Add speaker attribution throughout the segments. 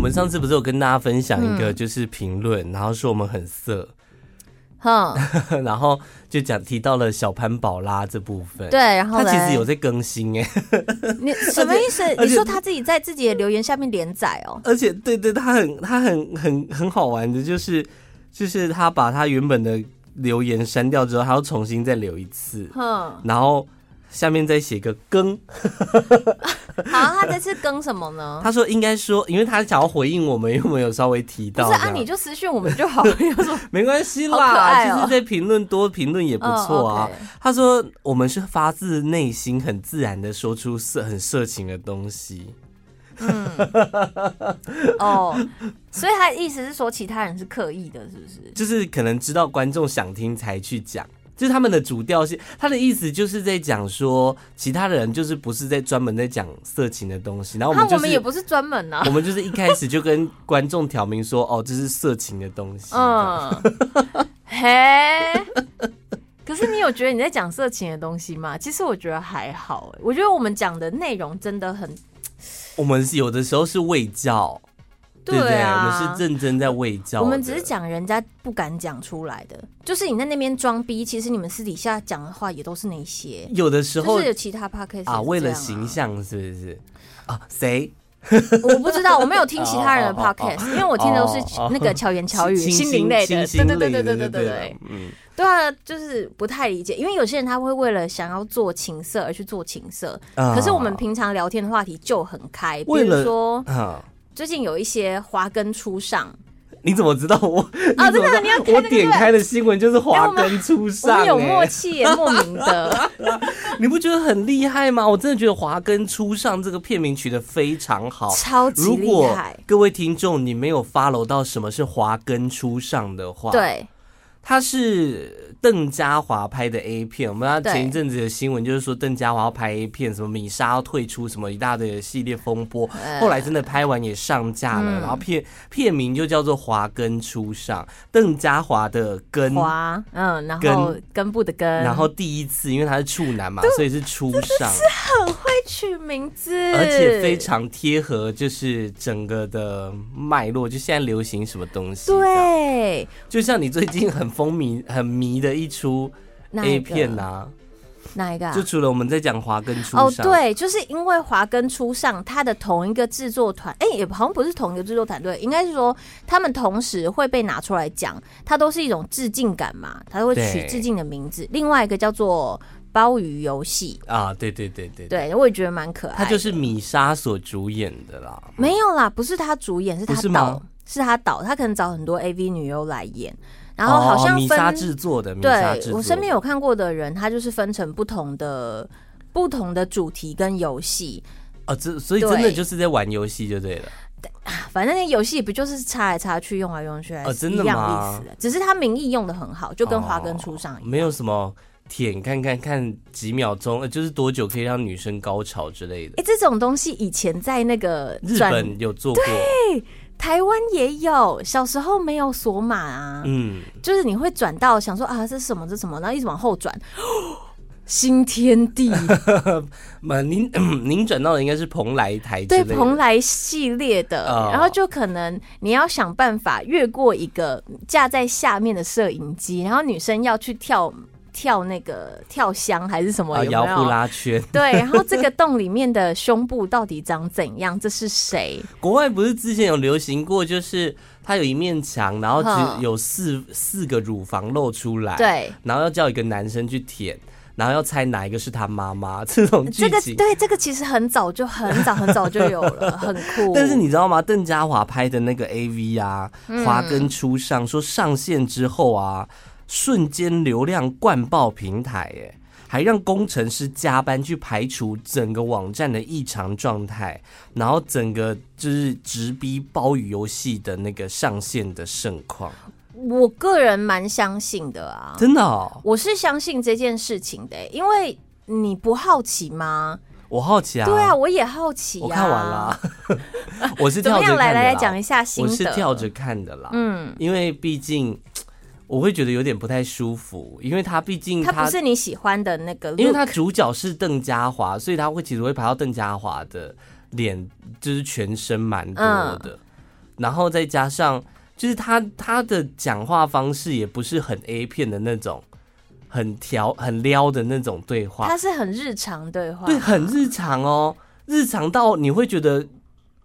Speaker 1: 们上次不是有跟大家分享一
Speaker 2: 嗯
Speaker 1: 个就是评论，然后说我们很色，
Speaker 2: 哼，
Speaker 1: 然后就讲提到了小潘宝拉这部分。
Speaker 2: 对，，然后
Speaker 1: 他其实有
Speaker 2: 嘞，
Speaker 1: 在更新哎、
Speaker 2: 你什么意思？
Speaker 1: 而
Speaker 2: 你
Speaker 1: 且
Speaker 2: 说他自己在自己的留言下面连载哦？
Speaker 1: 而且对对，他很他很很很好玩的，就是就是他把他原本的留言删掉之后，还要重新再留一次，
Speaker 2: 哼，
Speaker 1: 然后下面再写个更。
Speaker 2: 好，他这次更什么 呢？
Speaker 1: 他说应该说，因为他想要回应我们，因为我们有稍微提
Speaker 2: 不
Speaker 1: 到
Speaker 2: 是
Speaker 1: 这
Speaker 2: 啊，
Speaker 1: 样，
Speaker 2: 你就私讯我们就好了，有什么
Speaker 1: 没关系
Speaker 2: 好可
Speaker 1: 啦，
Speaker 2: 爱
Speaker 1: 就
Speaker 2: 哦
Speaker 1: 是在评论多评论也不错啊。
Speaker 2: 嗯，OK
Speaker 1: 他说我们是发自内心、很自然的说出色很色情的东西，
Speaker 2: 哦，所以他的意思是说其他人是刻意的，是不是？
Speaker 1: 就是可能知道观众想听才去讲。就是他们的主调是，他的意思就是在讲说，其他人就是不是在专门在讲色情的东西，然后我
Speaker 2: 那
Speaker 1: 们就
Speaker 2: 啊我
Speaker 1: 是
Speaker 2: 们也不是专门啊
Speaker 1: 我。们就是一开始就跟观众挑明说，哦，这是色情的东西。嗯，
Speaker 2: 嗯，嘿，可是你有觉得你在讲色情的东西吗？其实我觉得还好、欸，我觉得我们讲的内容真的很
Speaker 1: 我们是有的时候是卫教，不对？我
Speaker 2: 啊
Speaker 1: 们是。认真在卫教的，
Speaker 2: 我们只是讲人家不敢讲出来的，就是你在那边装逼，其实你们私底下讲的话也都是那些，
Speaker 1: 有的时候
Speaker 2: 就是有其他 p o d c a s
Speaker 1: 啊，为了形，象是不是？啊，谁？
Speaker 2: 我不知道，我没有听其他人的
Speaker 1: 哦哦哦哦
Speaker 2: podcast，因为我听的都是
Speaker 1: 哦哦
Speaker 2: 那个巧言巧语、
Speaker 1: 清
Speaker 2: 心灵类的，
Speaker 1: 清
Speaker 2: 对
Speaker 1: 新
Speaker 2: 对
Speaker 1: 类的
Speaker 2: 对
Speaker 1: 对
Speaker 2: 对对对对
Speaker 1: 对
Speaker 2: 对。，
Speaker 1: 嗯，
Speaker 2: 对啊，就是不太理解，因为有些人他会为了想要做情色而去做情色，
Speaker 1: 啊
Speaker 2: 可是我们平常聊天的话题就很开，比
Speaker 1: 为了
Speaker 2: 如说
Speaker 1: 啊，
Speaker 2: 最近有一些华根初上，
Speaker 1: 你怎么知道我？
Speaker 2: 啊
Speaker 1: 你怎么
Speaker 2: 真的你要
Speaker 1: 知道
Speaker 2: 开
Speaker 1: 我
Speaker 2: 那个
Speaker 1: 点开的新闻就是华灯初
Speaker 2: 我
Speaker 1: 上，
Speaker 2: 们有
Speaker 1: 哎
Speaker 2: 默契耶，莫 名的，
Speaker 1: 你不觉得很厉害吗？我真的觉得华灯初上这个片名取得非常好。
Speaker 2: 超级
Speaker 1: 如
Speaker 2: 厉
Speaker 1: 果
Speaker 2: 害。
Speaker 1: 各位听众你没有 follow 到什么是华根初上的话，，
Speaker 2: 对，
Speaker 1: 它是邓家华拍的 A 片。我们他
Speaker 2: 对
Speaker 1: 前一阵子的新闻就是说邓家华要拍 A 片，什么米莎要退出，什么一大堆的系列风波。
Speaker 2: 呃
Speaker 1: 后来真的拍完也上架了，
Speaker 2: 嗯
Speaker 1: 然后片片名就叫做《华根初上》，邓家华的根。
Speaker 2: 华，嗯，然后根部的根，
Speaker 1: 然后第一次，因为他是处男嘛，所以是初上，
Speaker 2: 很会取名字，
Speaker 1: 而且非常贴合，就是整个的脉络，就现在流行什么东西。，
Speaker 2: 对。
Speaker 1: 就像你最近很风靡、很迷的一出
Speaker 2: 哪一
Speaker 1: A
Speaker 2: 个
Speaker 1: 片呐、
Speaker 2: 哪一个、啊？
Speaker 1: 就除了我们在讲华根初上，
Speaker 2: 哦，对，就是因为华根初上，他的同一个制作团，哎、也好像不是同一个制作团队，应该是说他们同时会被拿出来讲，它都是一种致敬感嘛，他会
Speaker 1: 对
Speaker 2: 取致敬的名字。另外一个叫做鲍鱼游戏，
Speaker 1: 啊，对对对对，
Speaker 2: 对我也觉得蛮可爱的。
Speaker 1: 他就是米莎所主演的啦。
Speaker 2: 没有啦，不是他主演，是
Speaker 1: 不
Speaker 2: 他
Speaker 1: 是吗
Speaker 2: 导，是他导，他可能找很多 AV 女优来演，然
Speaker 1: 哦
Speaker 2: 后好像
Speaker 1: 米
Speaker 2: 分、
Speaker 1: 莎制作的，米莎制
Speaker 2: 对
Speaker 1: 作
Speaker 2: 我身边有看过的人，他就是分成不同的。不同的主题跟游戏，
Speaker 1: 哦，这所以
Speaker 2: 对
Speaker 1: 真的就是在玩游戏就对了。
Speaker 2: 反正那游戏不就是插来插去、用来用去，
Speaker 1: 哦真的
Speaker 2: 一样
Speaker 1: 吗
Speaker 2: 意思的。啊只是它名义用的很好，就跟华根初上一样。
Speaker 1: 没有什么舔，看看看几秒钟，呃就是多久可以让女生高潮之类的。
Speaker 2: 哎、这种东西以前在那个
Speaker 1: 日
Speaker 2: 转
Speaker 1: 本有做过，
Speaker 2: 台湾也有，小时候没有锁码啊，
Speaker 1: 嗯，
Speaker 2: 就是你会转到想说啊，这是什么？这是什么？然后一直往后转， 新天 地
Speaker 1: 嘛，您嗯您转到的应该是蓬莱台之
Speaker 2: 对
Speaker 1: 类的，
Speaker 2: 蓬莱系列的，
Speaker 1: 哦
Speaker 2: 然后就可能你要想办法越过一个架在下面的摄影机，然后女生要去跳跳那个跳箱还是什么？
Speaker 1: 啊
Speaker 2: 有没
Speaker 1: 摇
Speaker 2: 有？
Speaker 1: 呼啦圈。
Speaker 2: 对，然后这个洞里面的胸部到底长怎样？这是谁？
Speaker 1: 国外不是之前有流行过，就是它有一面墙，然后
Speaker 2: 哼
Speaker 1: 只有四四个乳房露出来，，
Speaker 2: 嗯对，
Speaker 1: 然后要叫一个男生去舔，然后要猜哪一个是他妈妈，这种剧
Speaker 2: 这个
Speaker 1: 情。
Speaker 2: 对这个其实很早就很早很早就有了，很酷。
Speaker 1: 但是你知道吗？邓家华拍的那个 AV 啊，
Speaker 2: 嗯
Speaker 1: 华根初上说上线之后啊，瞬间流量灌爆平台，耶，还让工程师加班去排除整个网站的异常状态，然后整个就是直逼包雨游戏的那个上线的盛况，
Speaker 2: 我个人蛮相信的啊，
Speaker 1: 真的、哦，
Speaker 2: 我是相信这件事情的、因为你不好奇吗？
Speaker 1: 我好奇啊，
Speaker 2: 对啊，，我也好奇、啊。
Speaker 1: 我看完了啊， 我是
Speaker 2: 怎
Speaker 1: 跳
Speaker 2: 么
Speaker 1: 着看的
Speaker 2: 样？来来来，
Speaker 1: 啦
Speaker 2: 讲一下心
Speaker 1: 我
Speaker 2: 得。
Speaker 1: 是跳着看的啦，
Speaker 2: 嗯，
Speaker 1: 因为毕竟我会觉得有点不太舒服，因为他毕竟
Speaker 2: 它
Speaker 1: 他
Speaker 2: 不是你喜欢的那个 look，
Speaker 1: 因为他主角是邓家华，所以
Speaker 2: 嗯
Speaker 1: 他会其实会爬到邓家华的脸，就是全身蛮多的。然后再加上就是他他的讲话方式也不是很 A 片的那种，很调很撩的那种对话
Speaker 2: 它，是很日常对话，
Speaker 1: 对，很日常哦，日常到你会觉得。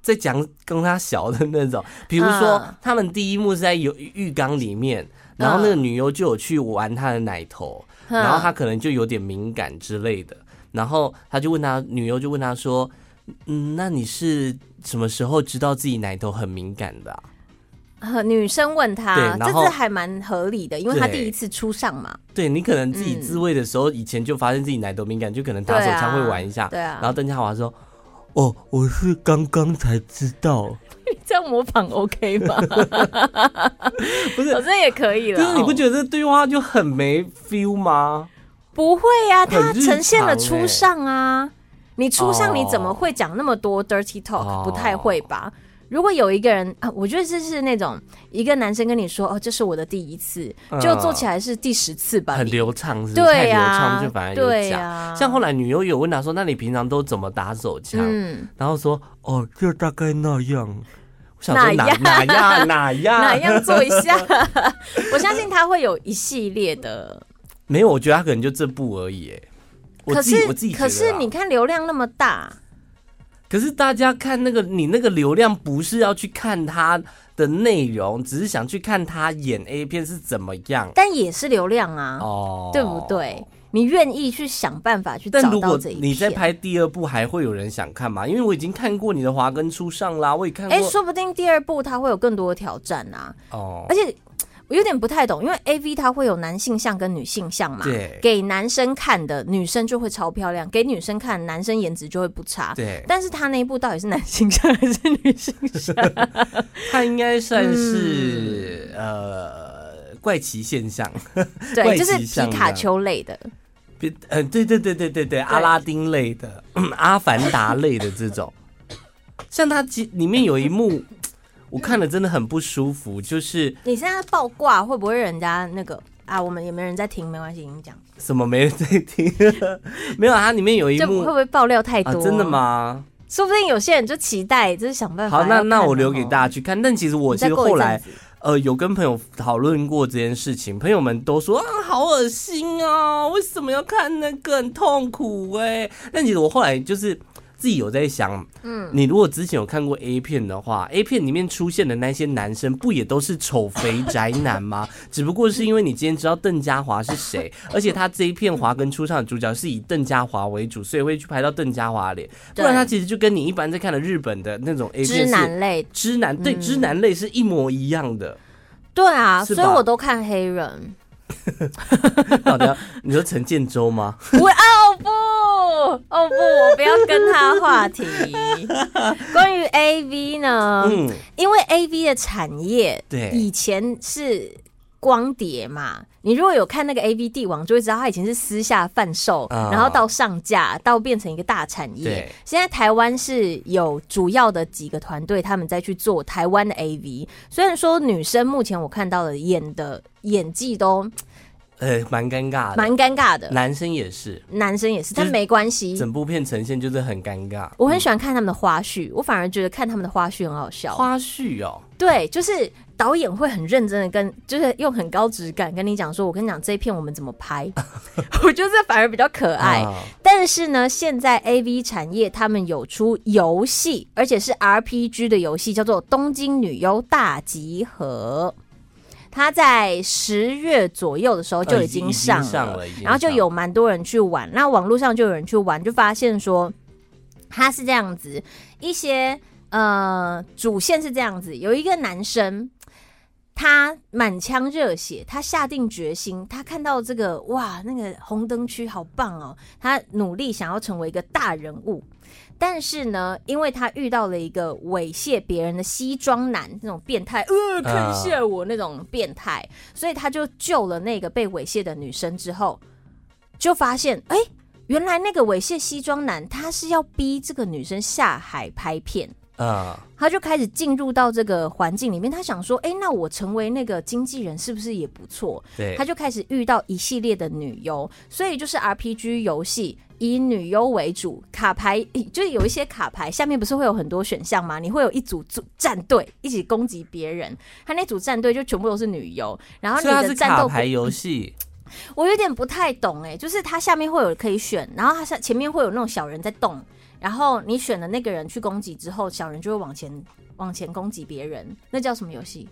Speaker 1: 在讲跟他小的那种，比如说、
Speaker 2: 嗯
Speaker 1: 他们第一幕是在有浴缸里面，然后那个女优就有去玩他的奶头，
Speaker 2: 嗯
Speaker 1: 然后他可能就有点敏感之类的，然后他就问他女优就问他说，嗯，那你是什么时候知道自己奶头很敏感的啊、
Speaker 2: 呃女生问
Speaker 1: 对
Speaker 2: 他，
Speaker 1: 然
Speaker 2: 这
Speaker 1: 后
Speaker 2: 次还蛮合理的，因为他
Speaker 1: 对
Speaker 2: 第一次出上嘛，
Speaker 1: 对你可能自己
Speaker 2: 嗯
Speaker 1: 自慰的时候，以前就发现自己奶头敏感，就可能打手枪会玩一下。
Speaker 2: 对啊，
Speaker 1: 然后邓家华说：“哦，我是刚刚才知道，
Speaker 2: 这样模仿 OK 吗？
Speaker 1: 不是
Speaker 2: 我这也可以
Speaker 1: 就
Speaker 2: 了。
Speaker 1: 是你不
Speaker 2: 哦
Speaker 1: 觉得这对话就很没 feel 吗？
Speaker 2: 不会啊，
Speaker 1: 很
Speaker 2: 它
Speaker 1: 日
Speaker 2: 呈现了
Speaker 1: 常
Speaker 2: 初
Speaker 1: 欸
Speaker 2: 上啊。你初
Speaker 1: 哦
Speaker 2: 上你怎么会讲那么多 dirty talk？、
Speaker 1: 哦
Speaker 2: 不太会吧？如果有一个人啊，我觉得这是那种一个男生跟你说哦，这是我的第一次，
Speaker 1: 嗯
Speaker 2: 就做起来是第十次吧？
Speaker 1: 很
Speaker 2: 你
Speaker 1: 流畅，是不是太
Speaker 2: 对
Speaker 1: 流
Speaker 2: 呀、
Speaker 1: 畅就反而有
Speaker 2: 对啊
Speaker 1: 假。
Speaker 2: 呀
Speaker 1: 像后来女优有问他说：‘那你平常都怎么打手枪？’
Speaker 2: 嗯，
Speaker 1: 然后说：‘哦，就大概那样。’我想说哪
Speaker 2: 哪
Speaker 1: 哪 样哪样
Speaker 2: 哪样做一 下？我相信他会有一系列的
Speaker 1: 没有，我觉得他可能就这步而已。哎我
Speaker 2: 可
Speaker 1: 自己
Speaker 2: 是
Speaker 1: 我自己觉得啊
Speaker 2: 可
Speaker 1: 啦
Speaker 2: 是你看流量那么大，
Speaker 1: 可是大家看那个你那个流量，不是要去看他的内容，只是想去看他演 A 片是怎么样
Speaker 2: 但也是流量啊，
Speaker 1: 哦，
Speaker 2: 对不？对？你愿意去想办法去找
Speaker 1: 但如
Speaker 2: 到
Speaker 1: 果
Speaker 2: 这一
Speaker 1: 你再
Speaker 2: 片
Speaker 1: 拍第二部，还会有人想看吗？因为我已经看过你的《华根初上》啦，我也看过。
Speaker 2: 哎、说不定第二部它会有更多的挑战啊！
Speaker 1: 哦，
Speaker 2: 而且我有点不太懂，因为 A V 它会有男性向跟女性向嘛，
Speaker 1: 对
Speaker 2: 给男生看的女生就会超漂亮，给女生看男生颜值就会不差。
Speaker 1: 对，
Speaker 2: 但是他那一部到底是男性向还是 女性向？
Speaker 1: 他应该算
Speaker 2: 嗯
Speaker 1: 是、呃怪奇现象，怪
Speaker 2: 对，
Speaker 1: 奇
Speaker 2: 就是
Speaker 1: 向
Speaker 2: 皮
Speaker 1: 的
Speaker 2: 卡丘类的，
Speaker 1: 别呃，对对对对对对，阿拉丁类的、嗯阿凡达类的这种，像它其里面有一幕，我看了真的很不舒服，就是
Speaker 2: 你现在爆挂会不会人家那个啊？我们也没人在听，没关系，你讲，
Speaker 1: 什么没人在听，没有，它里面有一
Speaker 2: 这会
Speaker 1: 幕
Speaker 2: 不会爆料太
Speaker 1: 啊，
Speaker 2: 多？
Speaker 1: 真的？吗？说
Speaker 2: 说不定有些人就期待，就是想办法
Speaker 1: 好，
Speaker 2: 要看哦。哦
Speaker 1: 那那我留给大家去看。但其实我
Speaker 2: 你
Speaker 1: 其
Speaker 2: 再
Speaker 1: 实
Speaker 2: 过一
Speaker 1: 后来
Speaker 2: 阵子
Speaker 1: 呃有跟朋友讨论过这件事情，朋友们都说啊好恶心哦，为什么要看那个很痛苦哎、但其实我后来就是自己有在想，嗯，你如果之前有看过 A 片的话，A 片里面出现的那些男生不也都是丑肥宅男吗？ 只不过是因为你今天知道邓家华是谁，而且他这一片华跟初上的主角是以邓家华为主，所以会去拍到邓家华的脸，不然
Speaker 2: 对
Speaker 1: 他其实就跟你一般在看的日本的那种 A
Speaker 2: 直
Speaker 1: 片是。
Speaker 2: 男类
Speaker 1: 直男对
Speaker 2: 嗯
Speaker 1: 直男类是一模一样的，
Speaker 2: 对啊，
Speaker 1: 是
Speaker 2: 所
Speaker 1: 吧
Speaker 2: 以我都看黑人。
Speaker 1: 好的， 你说陈建州吗？
Speaker 2: 我哦不哦不，我不要跟他 话题。关于 A V 呢，
Speaker 1: 嗯，
Speaker 2: 因为 A V 的产业，
Speaker 1: 对
Speaker 2: 以前是光碟嘛。你如果有看那个 A V 帝王，就会知道他以前是私下贩售，
Speaker 1: 啊
Speaker 2: 然后到上架，到变成一个大产业
Speaker 1: 对。
Speaker 2: 现在台湾是有主要的几个团队，他们在去做台湾的 A V。虽然说女生目前我看到的演的演技都
Speaker 1: 呃，蛮尴尬的，
Speaker 2: 蛮尴尬的，
Speaker 1: 男生也是，
Speaker 2: 男生也是，
Speaker 1: 就是
Speaker 2: 但没关系。
Speaker 1: 整部片呈现就是很尴尬。
Speaker 2: 我很喜欢看他们的花絮，我反而觉得看他们的花絮很好笑。
Speaker 1: 花絮哦，
Speaker 2: 对，就是导演会很认真的跟，就是用很高质感跟你讲说，我跟你讲这一片我们怎么 拍， 我觉得这反而比较可爱。
Speaker 1: 啊
Speaker 2: 但是呢，现在 A V 产业他们有出游戏，而且是 R P G 的游戏，叫做《东京女优大集合》。它在十月左右的时候就已
Speaker 1: 呃已
Speaker 2: 经
Speaker 1: 已经
Speaker 2: 上了，
Speaker 1: 上了已经
Speaker 2: 然后就
Speaker 1: 上
Speaker 2: 有蛮多人去玩。那网络上就有人去玩，就发现说它是这样子，一些呃主线是这样子，有一个男生。他满腔热血，他下定决心，他看到这个哇，那个红灯区好棒哦，他努力想要成为一个大人物。但是呢，因为他遇到了一个猥亵别人的西装男那种变态，呃，看一下我那种变态，所以他就救了那个被猥亵的女生之后，就发现，哎、原来那个猥亵西装男他是要逼这个女生下海拍片，
Speaker 1: 嗯，
Speaker 2: 他就开始进入到这个环境里面，他想说，哎、那我成为那个经纪人是不是也不错？
Speaker 1: 对
Speaker 2: 他，就开始遇到一系列的女优，所以就是 RPG 游戏以女优为主，卡牌就是有一些卡牌下面不是会有很多选项吗？你会有一组组战队一起攻击别人，他那组战队就全部都是女优，然后你
Speaker 1: 所以它
Speaker 2: 的
Speaker 1: 是
Speaker 2: 战
Speaker 1: 卡
Speaker 2: 斗
Speaker 1: 牌游戏，
Speaker 2: 我有点不太懂哎、就是它下面会有可以选，然后它下前面会有那种小人在动，然后你选的那个人去攻击之后，小人就会往前往前攻击别人，那叫什么游戏？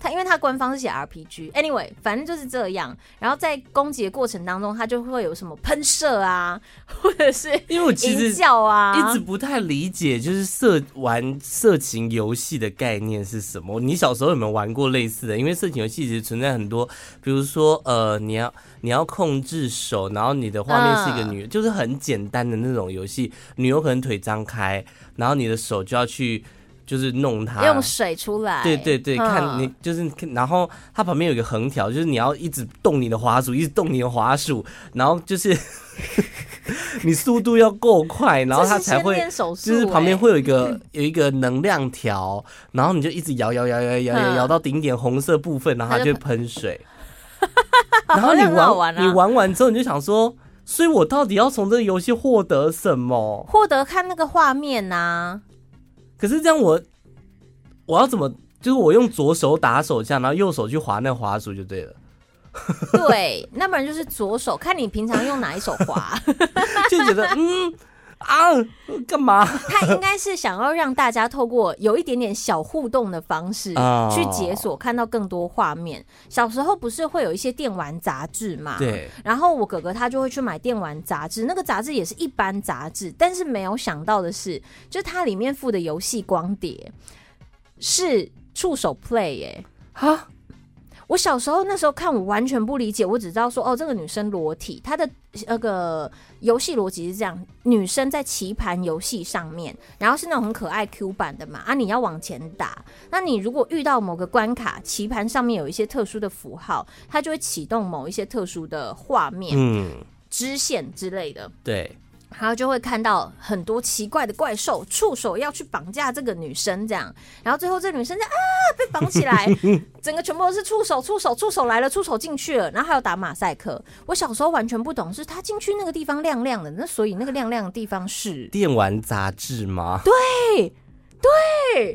Speaker 2: 它因为它官方是写 RPG，anyway，反正就是这样。然后在攻击的过程当中，它就会有什么喷射啊， 或者是
Speaker 1: 因为我其实
Speaker 2: 吟叫啊，
Speaker 1: 一直不太理解，就是色玩色情游戏的概念是什么？你小时候有没有玩过类似的？因为色情游戏其实存在很多，比如说呃，你要你要控制手，然后你的画面是
Speaker 2: 嗯
Speaker 1: 一个女，就是很简单的那种游戏，女有可能腿张开，然后你的手就要去就是弄它，
Speaker 2: 用水出来。
Speaker 1: 啊对对对，看
Speaker 2: 嗯
Speaker 1: 你就是，然后它旁边有一个横条，就是你要一直动你的滑鼠，一直动你的滑鼠，然后就是 你速度要够快，然后它
Speaker 2: 这是
Speaker 1: 才
Speaker 2: 先
Speaker 1: 会
Speaker 2: 练手术、
Speaker 1: 就是旁边
Speaker 2: 欸
Speaker 1: 会有一个有一个能量条，然后你就一直摇摇摇摇摇摇
Speaker 2: 嗯
Speaker 1: 摇到顶点红色部分，然后它
Speaker 2: 它
Speaker 1: 就
Speaker 2: 就
Speaker 1: 会喷水。然后你
Speaker 2: 好像很好玩
Speaker 1: 玩
Speaker 2: 啊
Speaker 1: 你玩完之后，你就想说，所以我到底要从这个游戏获得什么？
Speaker 2: 获得看那个画面啊呐、
Speaker 1: 可是这样我我要怎么？就是我用左手打手枪，然后右手去滑那滑鼠就对了，
Speaker 2: 对，那不然就是左手，看你平常用哪一手滑。
Speaker 1: 就觉得 嗯啊干嘛？
Speaker 2: 他应该是想要让大家透过有一点点小互动的方式
Speaker 1: 哦
Speaker 2: 去解锁，看到更多画面。小时候不是会有一些电玩杂志嘛？。
Speaker 1: 对，
Speaker 2: 然后我哥哥他就会去买电玩杂志，那个杂志也是一般杂志，但是没有想到的是，就它里面附的游戏光碟是触手 play 耶、
Speaker 1: 哈，
Speaker 2: 我小时候那时候看，我完全不理解，我只知道说哦，这个女生裸体，她的那个游戏逻辑是这样：女生在棋盘游戏上面，然后是那种很可爱 Q 版的嘛，啊，你要往前打，那你如果遇到某个关卡，棋盘上面有一些特殊的符号，它就会启动某一些特殊的画面、
Speaker 1: 嗯，
Speaker 2: 支线之类的。
Speaker 1: 对，
Speaker 2: 然后就会看到很多奇怪的怪兽，触手要去绑架这个女生，这样，然后最后这女生就啊被绑起 来，整个全部都是触手，触手，触手来了，触手进去了，然后还有打马赛克。我小时候完全不懂，是她进去那个地方亮亮的，那所以那个亮亮的地方是，
Speaker 1: 电玩杂志吗？
Speaker 2: 对，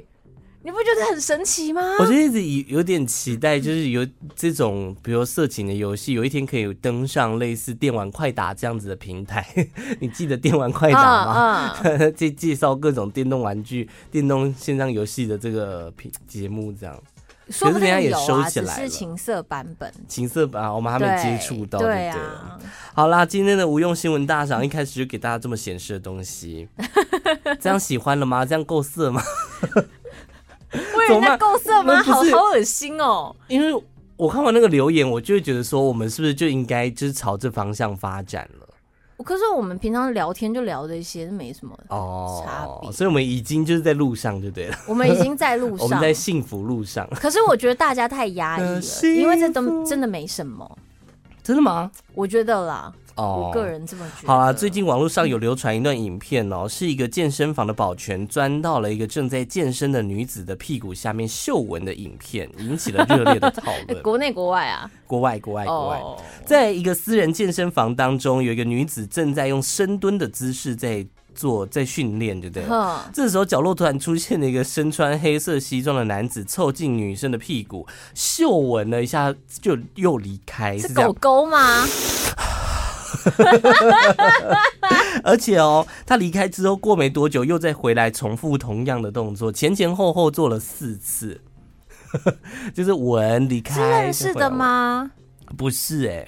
Speaker 2: 你不觉得很神奇吗？
Speaker 1: 我就一直有有点期待，就是有这种比如色情的游戏，有一天可以登上类似电玩快打这样子的平台。 你记得电玩快打吗？
Speaker 2: 嗯嗯
Speaker 1: 介介绍各种电动玩具、电动线上游戏的这个频节目，这样
Speaker 2: 说不
Speaker 1: 可是人家
Speaker 2: 定
Speaker 1: 也
Speaker 2: 有
Speaker 1: 收
Speaker 2: 啊，
Speaker 1: 起
Speaker 2: 只
Speaker 1: 来了
Speaker 2: 是情色版本，
Speaker 1: 情色版我们还没
Speaker 2: 对
Speaker 1: 接触到，
Speaker 2: 对
Speaker 1: 对不对
Speaker 2: 啊
Speaker 1: 了？，好啦，今天的无用新闻大赏一开始就给大家这么显示的东西，这样喜欢了吗？这样够色吗？
Speaker 2: 为
Speaker 1: 怎么
Speaker 2: 人家
Speaker 1: 办
Speaker 2: 够色吗？
Speaker 1: 那
Speaker 2: 好
Speaker 1: 不是
Speaker 2: 好恶心哦，
Speaker 1: 因为我看完那个留言，我就会觉得说，我们是不是就应该就是朝这方向发展了？
Speaker 2: 可是我们平常聊天就聊这些，没什么。差
Speaker 1: 哦
Speaker 2: 别，
Speaker 1: 所以我们已经就是在路上，就对了，
Speaker 2: 我们已经在路
Speaker 1: 我们
Speaker 2: 上，
Speaker 1: 在幸福路上，
Speaker 2: 可是我觉得大家太压抑
Speaker 1: 呃
Speaker 2: 了，
Speaker 1: 幸
Speaker 2: 因为 这都
Speaker 1: 福
Speaker 2: 真的没什么，
Speaker 1: 真的吗？
Speaker 2: 我觉得啦，
Speaker 1: 哦
Speaker 2: 我个人这么觉得。
Speaker 1: 好啦，最近网络上有流传一段影片哦，是一个健身房的保全钻到了一个正在健身的女子的屁股下面嗅闻的影片，引起了热烈的讨
Speaker 2: 呃
Speaker 1: 论。
Speaker 2: 国内国外啊，
Speaker 1: 国外，国外，哎国外。
Speaker 2: 哦，
Speaker 1: 在一个私人健身房当中，有一个女子正在用深蹲的姿势在做，在训练，对不对？
Speaker 2: 哼，
Speaker 1: 这时候，角落突然出现了一个身穿黑色西装的男子，凑近女生的屁股，嗅闻了一下，就又离开，
Speaker 2: 是
Speaker 1: 是这
Speaker 2: 狗
Speaker 1: 样。
Speaker 2: 狗吗？
Speaker 1: 而且哦，他离开之后过没多久，又再回来重复同样的动作，前前后后做了四次， 就是闻离开。
Speaker 2: 是认识
Speaker 1: 再
Speaker 2: 的
Speaker 1: 回来？
Speaker 2: 吗？
Speaker 1: 不是哎、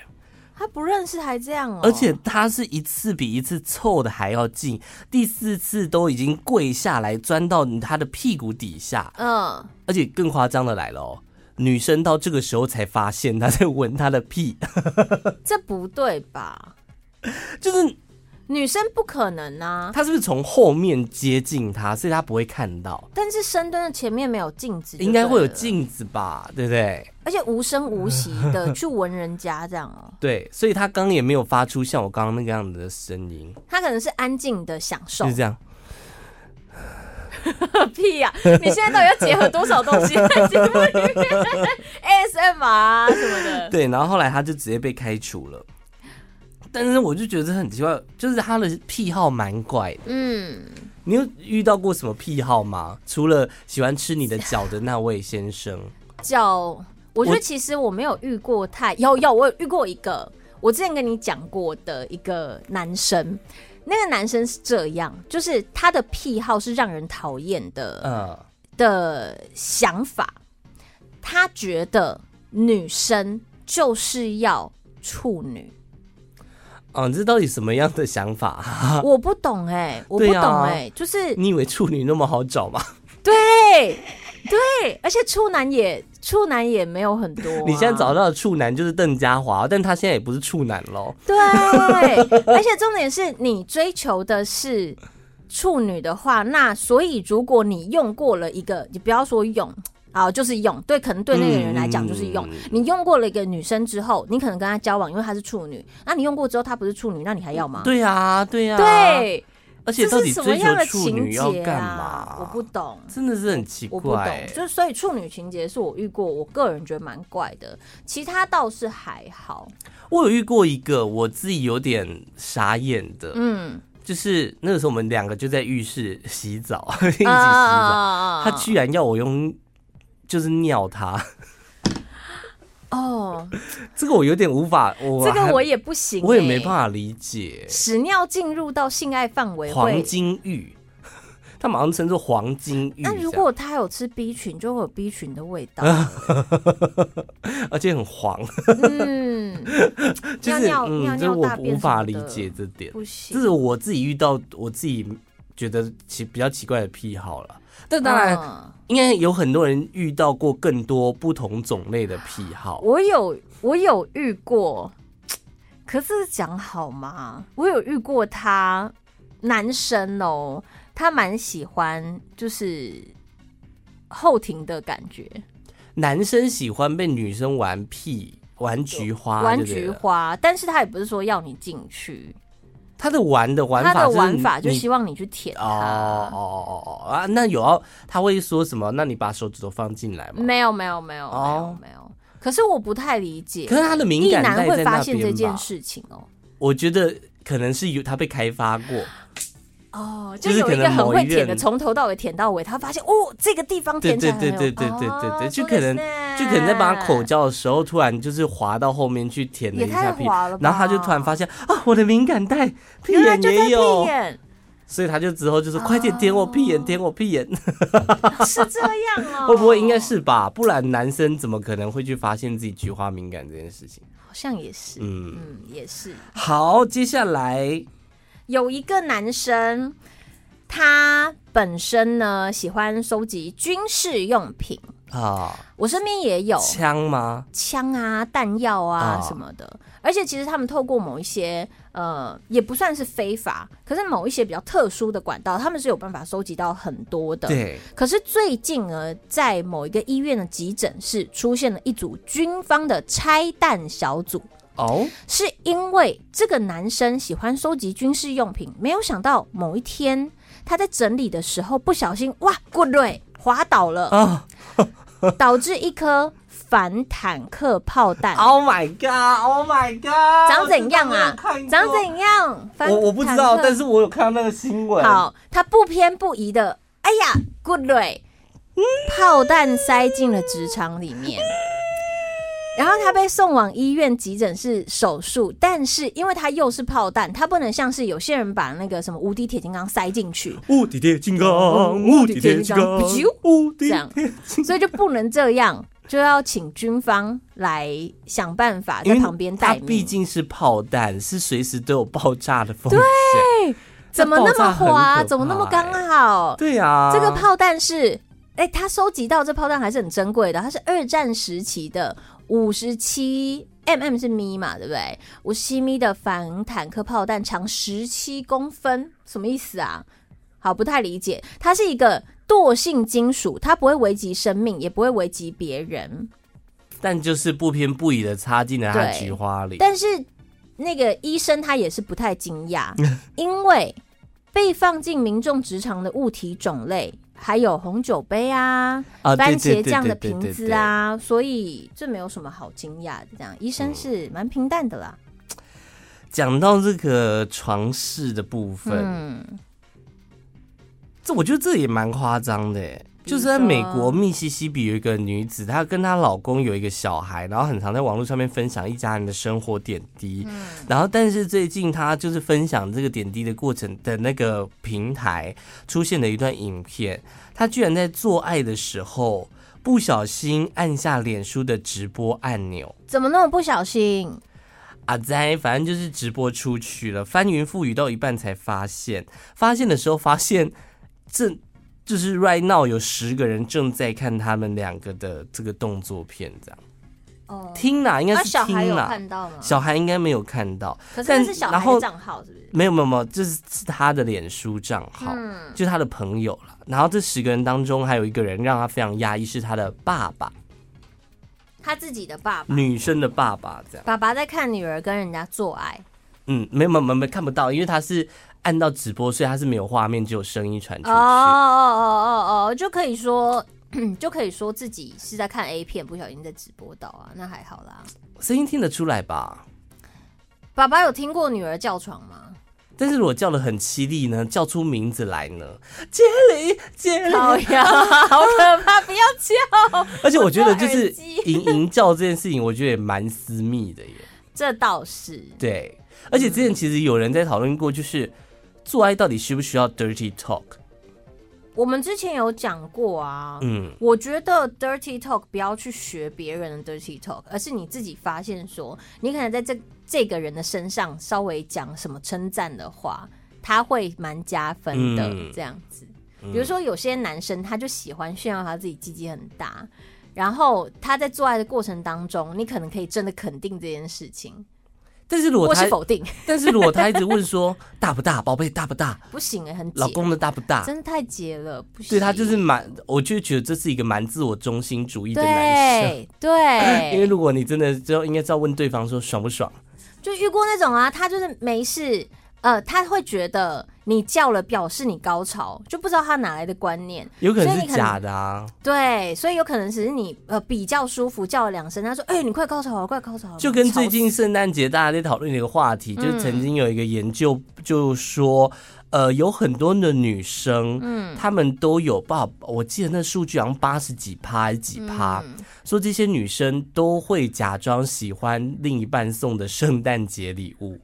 Speaker 2: 他不认识还这样哦，
Speaker 1: 而且他是一次比一次凑的还要近，第四次都已经跪下来钻到他的屁股底下，
Speaker 2: 嗯，
Speaker 1: 而且更夸张的来了哦，女生到这个时候才发现她在闻她的屁，
Speaker 2: 这不对吧？
Speaker 1: 就是
Speaker 2: 女生不可能啊，
Speaker 1: 她是不是从后面接近她，所以她不会看到，
Speaker 2: 但是深蹲的前面没有镜子，
Speaker 1: 应该会有
Speaker 2: 镜，
Speaker 1: 镜子吧，对不对？
Speaker 2: 而且无声无息的去闻人家这样哦，
Speaker 1: 对，所以她刚刚也没有发出像我刚刚那个样子的声音，
Speaker 2: 他可能是安静的享受
Speaker 1: 就是，这样。
Speaker 2: 屁呀、你现在到底要结合多少东西在节目里面？ASMR 啊什么的，
Speaker 1: 对，然后后来他就直接被开除了。但是我就觉得很奇怪，就是他的癖好蛮怪的。
Speaker 2: 嗯，
Speaker 1: 你有遇到过什么癖好吗？除了喜欢吃你的脚的那位先生，
Speaker 2: 叫我觉
Speaker 1: 我
Speaker 2: 得其实我没有遇过太有有，我有遇过一个，我之前跟你讲过的一个男生，那个男生是这样，就是他的癖好是让人讨厌的，
Speaker 1: 嗯，
Speaker 2: 的想法，他觉得女生就是要处女，
Speaker 1: 哦，这到底什么样的想法啊？
Speaker 2: 我不懂哎、我不
Speaker 1: 对
Speaker 2: 懂
Speaker 1: 啊
Speaker 2: 哎、就是
Speaker 1: 你以为处女那么好找吗？
Speaker 2: 对对，而且处男也处男也没有很多啊、
Speaker 1: 你现在找到的处男就是邓家华，但他现在也不是处男喽。
Speaker 2: 对，而且重点是你追求的是处女的话，那所以如果你用过了一个，你不要说用。啊，就是用对，可能对那个人来讲就是用。
Speaker 1: 嗯
Speaker 2: 你用过了一个女生之后，你可能跟她交往，因为她是处女。那你用过之后，她不是处女，那你还要吗？
Speaker 1: 对啊，对啊，，
Speaker 2: 对，
Speaker 1: 而且
Speaker 2: 这
Speaker 1: 到
Speaker 2: 是
Speaker 1: 底
Speaker 2: 什么
Speaker 1: 追求
Speaker 2: 样的
Speaker 1: 处
Speaker 2: 情
Speaker 1: 女
Speaker 2: 节
Speaker 1: 要干
Speaker 2: 啊
Speaker 1: 嘛？？
Speaker 2: 我不懂。
Speaker 1: 真的是很奇
Speaker 2: 我不懂
Speaker 1: 怪，，欸
Speaker 2: 就是所以处女情节是我遇过，我个人觉得蛮怪的，其他倒是还好。
Speaker 1: 我有遇过一个我自己有点傻眼的，
Speaker 2: 嗯，
Speaker 1: 就是那个时候我们两个就在浴室洗澡， 一
Speaker 2: 啊
Speaker 1: 起洗澡，他
Speaker 2: 他
Speaker 1: 居然要我用就是尿他，
Speaker 2: 哦，
Speaker 1: 这个我有点无法，我
Speaker 2: 这个
Speaker 1: 还
Speaker 2: 我也不行、欸
Speaker 1: 我也没办
Speaker 2: 法。
Speaker 1: 法理解，
Speaker 2: 屎尿进入到性爱范围
Speaker 1: 黄
Speaker 2: 会，
Speaker 1: 金浴， 他马上称作黄金浴这样，
Speaker 2: 那如果他有吃 B 群，就会有 B 群的味 道。
Speaker 1: 而且很 黄，
Speaker 2: 嗯，
Speaker 1: 就是
Speaker 2: 尿尿尿
Speaker 1: 嗯，就是
Speaker 2: 尿
Speaker 1: 我
Speaker 2: 大便
Speaker 1: 无法
Speaker 2: 什
Speaker 1: 理
Speaker 2: 么的
Speaker 1: 解这点，
Speaker 2: 不行。
Speaker 1: 这是我自己遇到我自己觉得奇比较奇怪的癖好了。但当然，
Speaker 2: 嗯
Speaker 1: 应该有很多人遇到过更多不同种类的癖好。
Speaker 2: 我有我有遇过，可是讲好吗？我有遇过他男生哦，他蛮喜欢就是后庭的感觉，
Speaker 1: 男生喜欢被女生玩屁、玩菊花，
Speaker 2: 玩
Speaker 1: 啊对不对
Speaker 2: 菊。花，但是他也不是说要你进去，
Speaker 1: 他的玩的玩
Speaker 2: 他
Speaker 1: 法，
Speaker 2: 的玩法就
Speaker 1: 喜
Speaker 2: 希望你去舔
Speaker 1: 哦哦
Speaker 2: 他。
Speaker 1: 哦哦哦啊，那有要他会说什么？那你把手指头放进来吗？
Speaker 2: 没有没有没有没有
Speaker 1: 哦
Speaker 2: 没有，可是我不太理解，
Speaker 1: 可是他的敏
Speaker 2: 一
Speaker 1: 感
Speaker 2: 男
Speaker 1: 带
Speaker 2: 会
Speaker 1: 在
Speaker 2: 发
Speaker 1: 那
Speaker 2: 现这
Speaker 1: 边
Speaker 2: 件
Speaker 1: 吧？
Speaker 2: 事情哦。
Speaker 1: 我觉得可能是有他被开发过，
Speaker 2: 哦，就
Speaker 1: 就是
Speaker 2: 有
Speaker 1: 可
Speaker 2: 一个
Speaker 1: 能
Speaker 2: 很
Speaker 1: 某
Speaker 2: 会
Speaker 1: 一
Speaker 2: 舔的，
Speaker 1: 任
Speaker 2: 从头到尾舔到尾，他发现哦，这个地方舔起来很
Speaker 1: 对对对
Speaker 2: 有
Speaker 1: 对对对对
Speaker 2: 哦
Speaker 1: 对就
Speaker 2: 说
Speaker 1: 可
Speaker 2: 得
Speaker 1: 能
Speaker 2: 是
Speaker 1: 就可能在帮他口交的时候，突然就是滑到后面去舔了
Speaker 2: 也
Speaker 1: 一
Speaker 2: 太
Speaker 1: 下屁，
Speaker 2: 滑了吧，
Speaker 1: 然后他就突然发现啊，我的敏感带屁
Speaker 2: 原来
Speaker 1: 眼
Speaker 2: 就在
Speaker 1: 也
Speaker 2: 屁
Speaker 1: 有，
Speaker 2: 眼，
Speaker 1: 所以他就之后就是快点舔我屁眼，舔我屁眼，
Speaker 2: 是这样 哦，
Speaker 1: 会不会应该是吧？不然男生怎么可能会去发现自己菊花敏感这件事情？
Speaker 2: 哦好像也是，
Speaker 1: 嗯，
Speaker 2: 嗯，也是
Speaker 1: 好，接下来
Speaker 2: 有一个男生，他本身呢喜欢收集军事用品，
Speaker 1: 啊，
Speaker 2: 我身边也有，
Speaker 1: 枪吗？
Speaker 2: 枪啊、弹药啊
Speaker 1: 啊
Speaker 2: 什么的。而且其实他们透过某一些呃，也不算是非法，可是某一些比较特殊的管道，他们是有办法收集到很多的。
Speaker 1: 对，
Speaker 2: 可是最近呢，在某一个医院的急诊室出现了一组军方的拆弹小组，
Speaker 1: 哦，
Speaker 2: 是因为这个男生喜欢收集军事用品，没有想到某一天他在整理的时候不小心哇，滚瑞滑倒了，
Speaker 1: 啊
Speaker 2: 导致一颗反坦克炮弹。
Speaker 1: ，Oh my God，Oh my God，
Speaker 2: 长怎样啊
Speaker 1: 我真的没有看过？
Speaker 2: 长怎样？反
Speaker 1: 我我不知道，
Speaker 2: 坦克
Speaker 1: 但是我有看到那个新闻。，
Speaker 2: 好，他不偏不倚的，哎呀，good 瑞，炮弹塞进了直肠里面。然后他被送往医院急诊室手术，但是因为他又是炮弹，他不能像是有些人把那个什么无敌铁金刚塞进 去，
Speaker 1: 无敌铁金
Speaker 2: 哦
Speaker 1: 刚，
Speaker 2: 无
Speaker 1: 无
Speaker 2: 敌
Speaker 1: 敌铁
Speaker 2: 铁金
Speaker 1: 金刚
Speaker 2: 刚啾，
Speaker 1: 无敌
Speaker 2: 这样啊
Speaker 1: 铁金
Speaker 2: 所以就不能这样，就要请军方来想办法在
Speaker 1: 因为
Speaker 2: 旁边
Speaker 1: 它
Speaker 2: 待
Speaker 1: 毕
Speaker 2: 命。
Speaker 1: 竟是炮弹，是随时都有爆炸的风险。
Speaker 2: 怎么那么
Speaker 1: 这爆炸很可
Speaker 2: 滑？
Speaker 1: 怕欸
Speaker 2: 怎么那么刚好？
Speaker 1: 对啊，
Speaker 2: 这个炮弹是，哎、他收集到这炮弹还是很珍贵的，它是二战时期的五十七 mm 是咪嘛，对不对？五十七咪的反坦克炮弹长十七公分，什么意思啊？好，不太理解。它是一个惰性金属，它不会危及生命，也不会危及别人。
Speaker 1: 但就是不偏不倚的插进了他的
Speaker 2: 对
Speaker 1: 菊花里。
Speaker 2: 但是那个医生他也是不太惊讶，因为被放进民众直肠的物体种类还有红酒杯啊、
Speaker 1: 啊，
Speaker 2: 番
Speaker 1: 对对
Speaker 2: 茄
Speaker 1: 对对
Speaker 2: 酱的
Speaker 1: 对
Speaker 2: 瓶
Speaker 1: 对
Speaker 2: 子
Speaker 1: 对
Speaker 2: 啊，所以这没有什么好惊讶的。这样，医生是蛮平淡的啦。
Speaker 1: 讲到这个床事的部分，
Speaker 2: 嗯，
Speaker 1: 这我觉得这也蛮夸张的耶，就是在美国密西西比有一个女子，她跟她老公有一个小孩，然后很常在网络上面分享一家人的生活点滴。然后，但是最近她就是分享这个点滴的过程的那个平台出现了一段影片，她居然在做爱的时候不小心按下脸书的直播按钮。
Speaker 2: 怎么那么不小心？
Speaker 1: 阿哉，反正就是直播出去了，翻云覆雨到一半才发现，发现的时候发现正就是 right now 有十个人正在看他们两个的这个动作片，这样
Speaker 2: 哦，
Speaker 1: 听啦，应该
Speaker 2: 那
Speaker 1: 是
Speaker 2: 小孩
Speaker 1: 听
Speaker 2: 有
Speaker 1: 啦，
Speaker 2: 看到吗？
Speaker 1: 小孩应该没有看到，
Speaker 2: 可是
Speaker 1: 但
Speaker 2: 那是小
Speaker 1: 然
Speaker 2: 孩
Speaker 1: 后
Speaker 2: 的账号，是不是？
Speaker 1: 没有没有没有，这是是他的脸书账号，
Speaker 2: 嗯
Speaker 1: 就是他的朋友了。然后这十个人当中，还有一个人让他非常压抑，是他的爸爸，
Speaker 2: 他自己的爸爸，
Speaker 1: 女生的爸爸这样。
Speaker 2: 爸爸在看女儿跟人家做爱。
Speaker 1: 嗯，没有没有没有没有看不到，因为他是按到直播，所以他是没有画面，只有声音传出去。
Speaker 2: 哦哦哦哦哦，就可以说。就可以说自己是在看 A 片，不小心在直播到啊，那还好啦。
Speaker 1: 声音听得出来吧？
Speaker 2: 爸爸有听过女儿叫床吗？
Speaker 1: 但是如果叫的很凄厉呢，叫出名字来呢，杰里，杰里，
Speaker 2: 好呀，好可怕！不要叫，
Speaker 1: 而且我觉得就
Speaker 2: 我
Speaker 1: 是
Speaker 2: 叫耳机
Speaker 1: 吟吟叫这件事情，我觉得也蛮私密的耶。
Speaker 2: 这倒是
Speaker 1: 对，而且之前其实有人在讨论过，就是做爱到底需不需要 dirty talk？
Speaker 2: 我们之前有讲过啊。
Speaker 1: 嗯，
Speaker 2: 我觉得 dirty talk 不要去学别人的 dirty talk，而是你自己发现说，你可能在这这个人的身上稍微讲什么称赞的话，他会蛮加分的、
Speaker 1: 嗯
Speaker 2: 这样子。比如说有些男生他就喜欢炫耀他自己鸡鸡很大，然后他在做爱的过程当中，你可能可以真的肯定这件事情，
Speaker 1: 但是如
Speaker 2: 或
Speaker 1: 果他
Speaker 2: 是，否定，
Speaker 1: 但是如果他一直问说 大不大，宝贝大不大，
Speaker 2: 不行哎、很
Speaker 1: 老
Speaker 2: 解，
Speaker 1: 公的大不大？
Speaker 2: 真的太解了，不行。
Speaker 1: 对他就是蛮，我就觉得这是一个蛮自我中心主义的男生。
Speaker 2: 对对，
Speaker 1: 因为如果你真的就应该知道问对方说爽不爽，
Speaker 2: 就遇过那种啊，他就是没事，呃，他会觉得你叫了表示你高潮，就不知道他哪来的观念。
Speaker 1: 有可能
Speaker 2: 所以
Speaker 1: 是
Speaker 2: 你可能
Speaker 1: 假的啊。
Speaker 2: 对，所以有可能只是你呃比较舒服，叫了两声，他说：“哎、你快高潮了，快高潮了。”
Speaker 1: 就跟最近
Speaker 2: 嗯吵死嗯
Speaker 1: 圣诞节大家在讨论的一个话题，就是曾经有一个研究就说，呃，有很多的女生，嗯，她们都有爸，我记得那数据好像八十几趴还是几趴，
Speaker 2: 嗯
Speaker 1: 说这些女生都会假装喜欢另一半送的圣诞节礼物。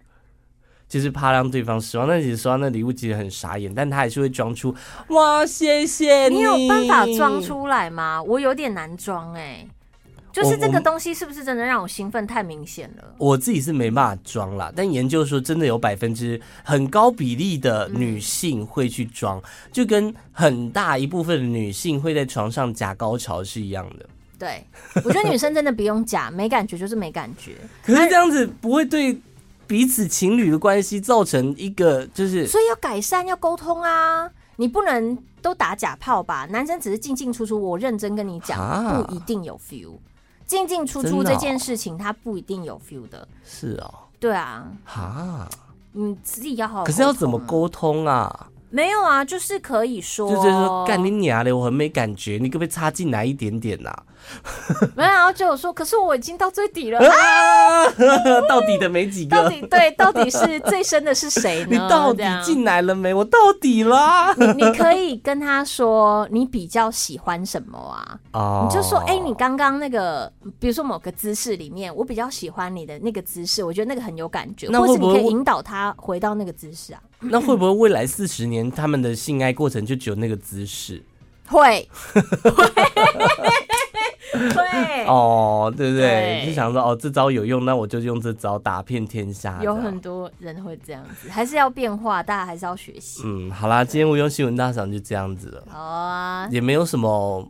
Speaker 1: 就是怕让对方失望，但其实收到那礼物其实很傻眼，但她还是会装出哇谢谢
Speaker 2: 你
Speaker 1: 你
Speaker 2: 有办法装出来吗？我有点难装哎、就是这
Speaker 1: 我
Speaker 2: 个东西是不是真的让我兴奋太明显了？
Speaker 1: 我自己是没办法装啦，但研究说真的有百分之很高比例的女性会去装，就跟很大一部分的女性会在床上假高潮是一样的。
Speaker 2: 对，我觉得女生真的不用假，没感觉就是没感觉。
Speaker 1: 可是这样子不会对彼此情侣的关系造成一个就是
Speaker 2: 所以要改善，要沟通啊！你不能都打假炮吧？男生只是进进出出，我认真跟你讲，
Speaker 1: 啊
Speaker 2: 不一定有 feel。进进出出
Speaker 1: 真的哦
Speaker 2: 这件事情，他不一定有 feel 的。
Speaker 1: 是哦
Speaker 2: 对啊，
Speaker 1: 哈，
Speaker 2: 你自己要好好。
Speaker 1: 可是要怎么？沟通啊？
Speaker 2: 没有啊，就是可以说，
Speaker 1: 就是说干你娘的，我很没感觉，你可不可以插进来一点点啊呐、
Speaker 2: 没有啊，就有说，可是我已经到最底了。
Speaker 1: 啊？啊， 到底的没几
Speaker 2: 到
Speaker 1: 个，
Speaker 2: 底对，到底是最深的是谁呢？
Speaker 1: 你到
Speaker 2: 这
Speaker 1: 底
Speaker 2: 样
Speaker 1: 进来了没？我到底啦。
Speaker 2: 你你可以跟他说你比较喜欢什么啊？
Speaker 1: 哦
Speaker 2: 你就说，哎、你刚刚那个，比如说某个姿势里面，我比较喜欢你的那个姿势，我觉得那个很有感觉，
Speaker 1: 那
Speaker 2: 或
Speaker 1: 会
Speaker 2: 是你
Speaker 1: 不会
Speaker 2: 可以引导他回到那个姿势啊。
Speaker 1: 那会不会未来四十年他们的性爱过程就只有那个姿势？
Speaker 2: 会，会，会，
Speaker 1: 哦，对不对？
Speaker 2: 对
Speaker 1: 就想说哦，这招有用，那我就用这招打遍天下。
Speaker 2: 有
Speaker 1: 这样
Speaker 2: 很多人会这样子，还是要变化，大家还是要学习。
Speaker 1: 嗯，好啦，今天无用新闻大赏就这样子了，
Speaker 2: 好啊，
Speaker 1: 也没有什么，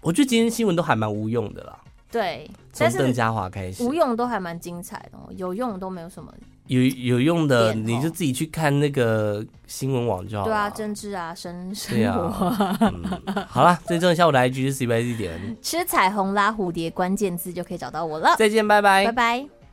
Speaker 1: 我觉得今天新闻都还蛮无用的啦。
Speaker 2: 对，
Speaker 1: 从
Speaker 2: 但
Speaker 1: 邓
Speaker 2: 是
Speaker 1: 家华开始，
Speaker 2: 无用都还蛮精彩的、哦，有用都没有什么。
Speaker 1: 有有用的，
Speaker 2: 点哦
Speaker 1: 你就自己去看那个新闻网就好了。
Speaker 2: 对啊，政治啊，生生
Speaker 1: 哦对
Speaker 2: 活啊、
Speaker 1: 啊。嗯，好啦，最重要下我的 IG 是 C Y C 点，
Speaker 2: 吃彩虹拉蝴蝶关键字就可以找到我了。
Speaker 1: 再见，拜拜
Speaker 2: 拜。拜。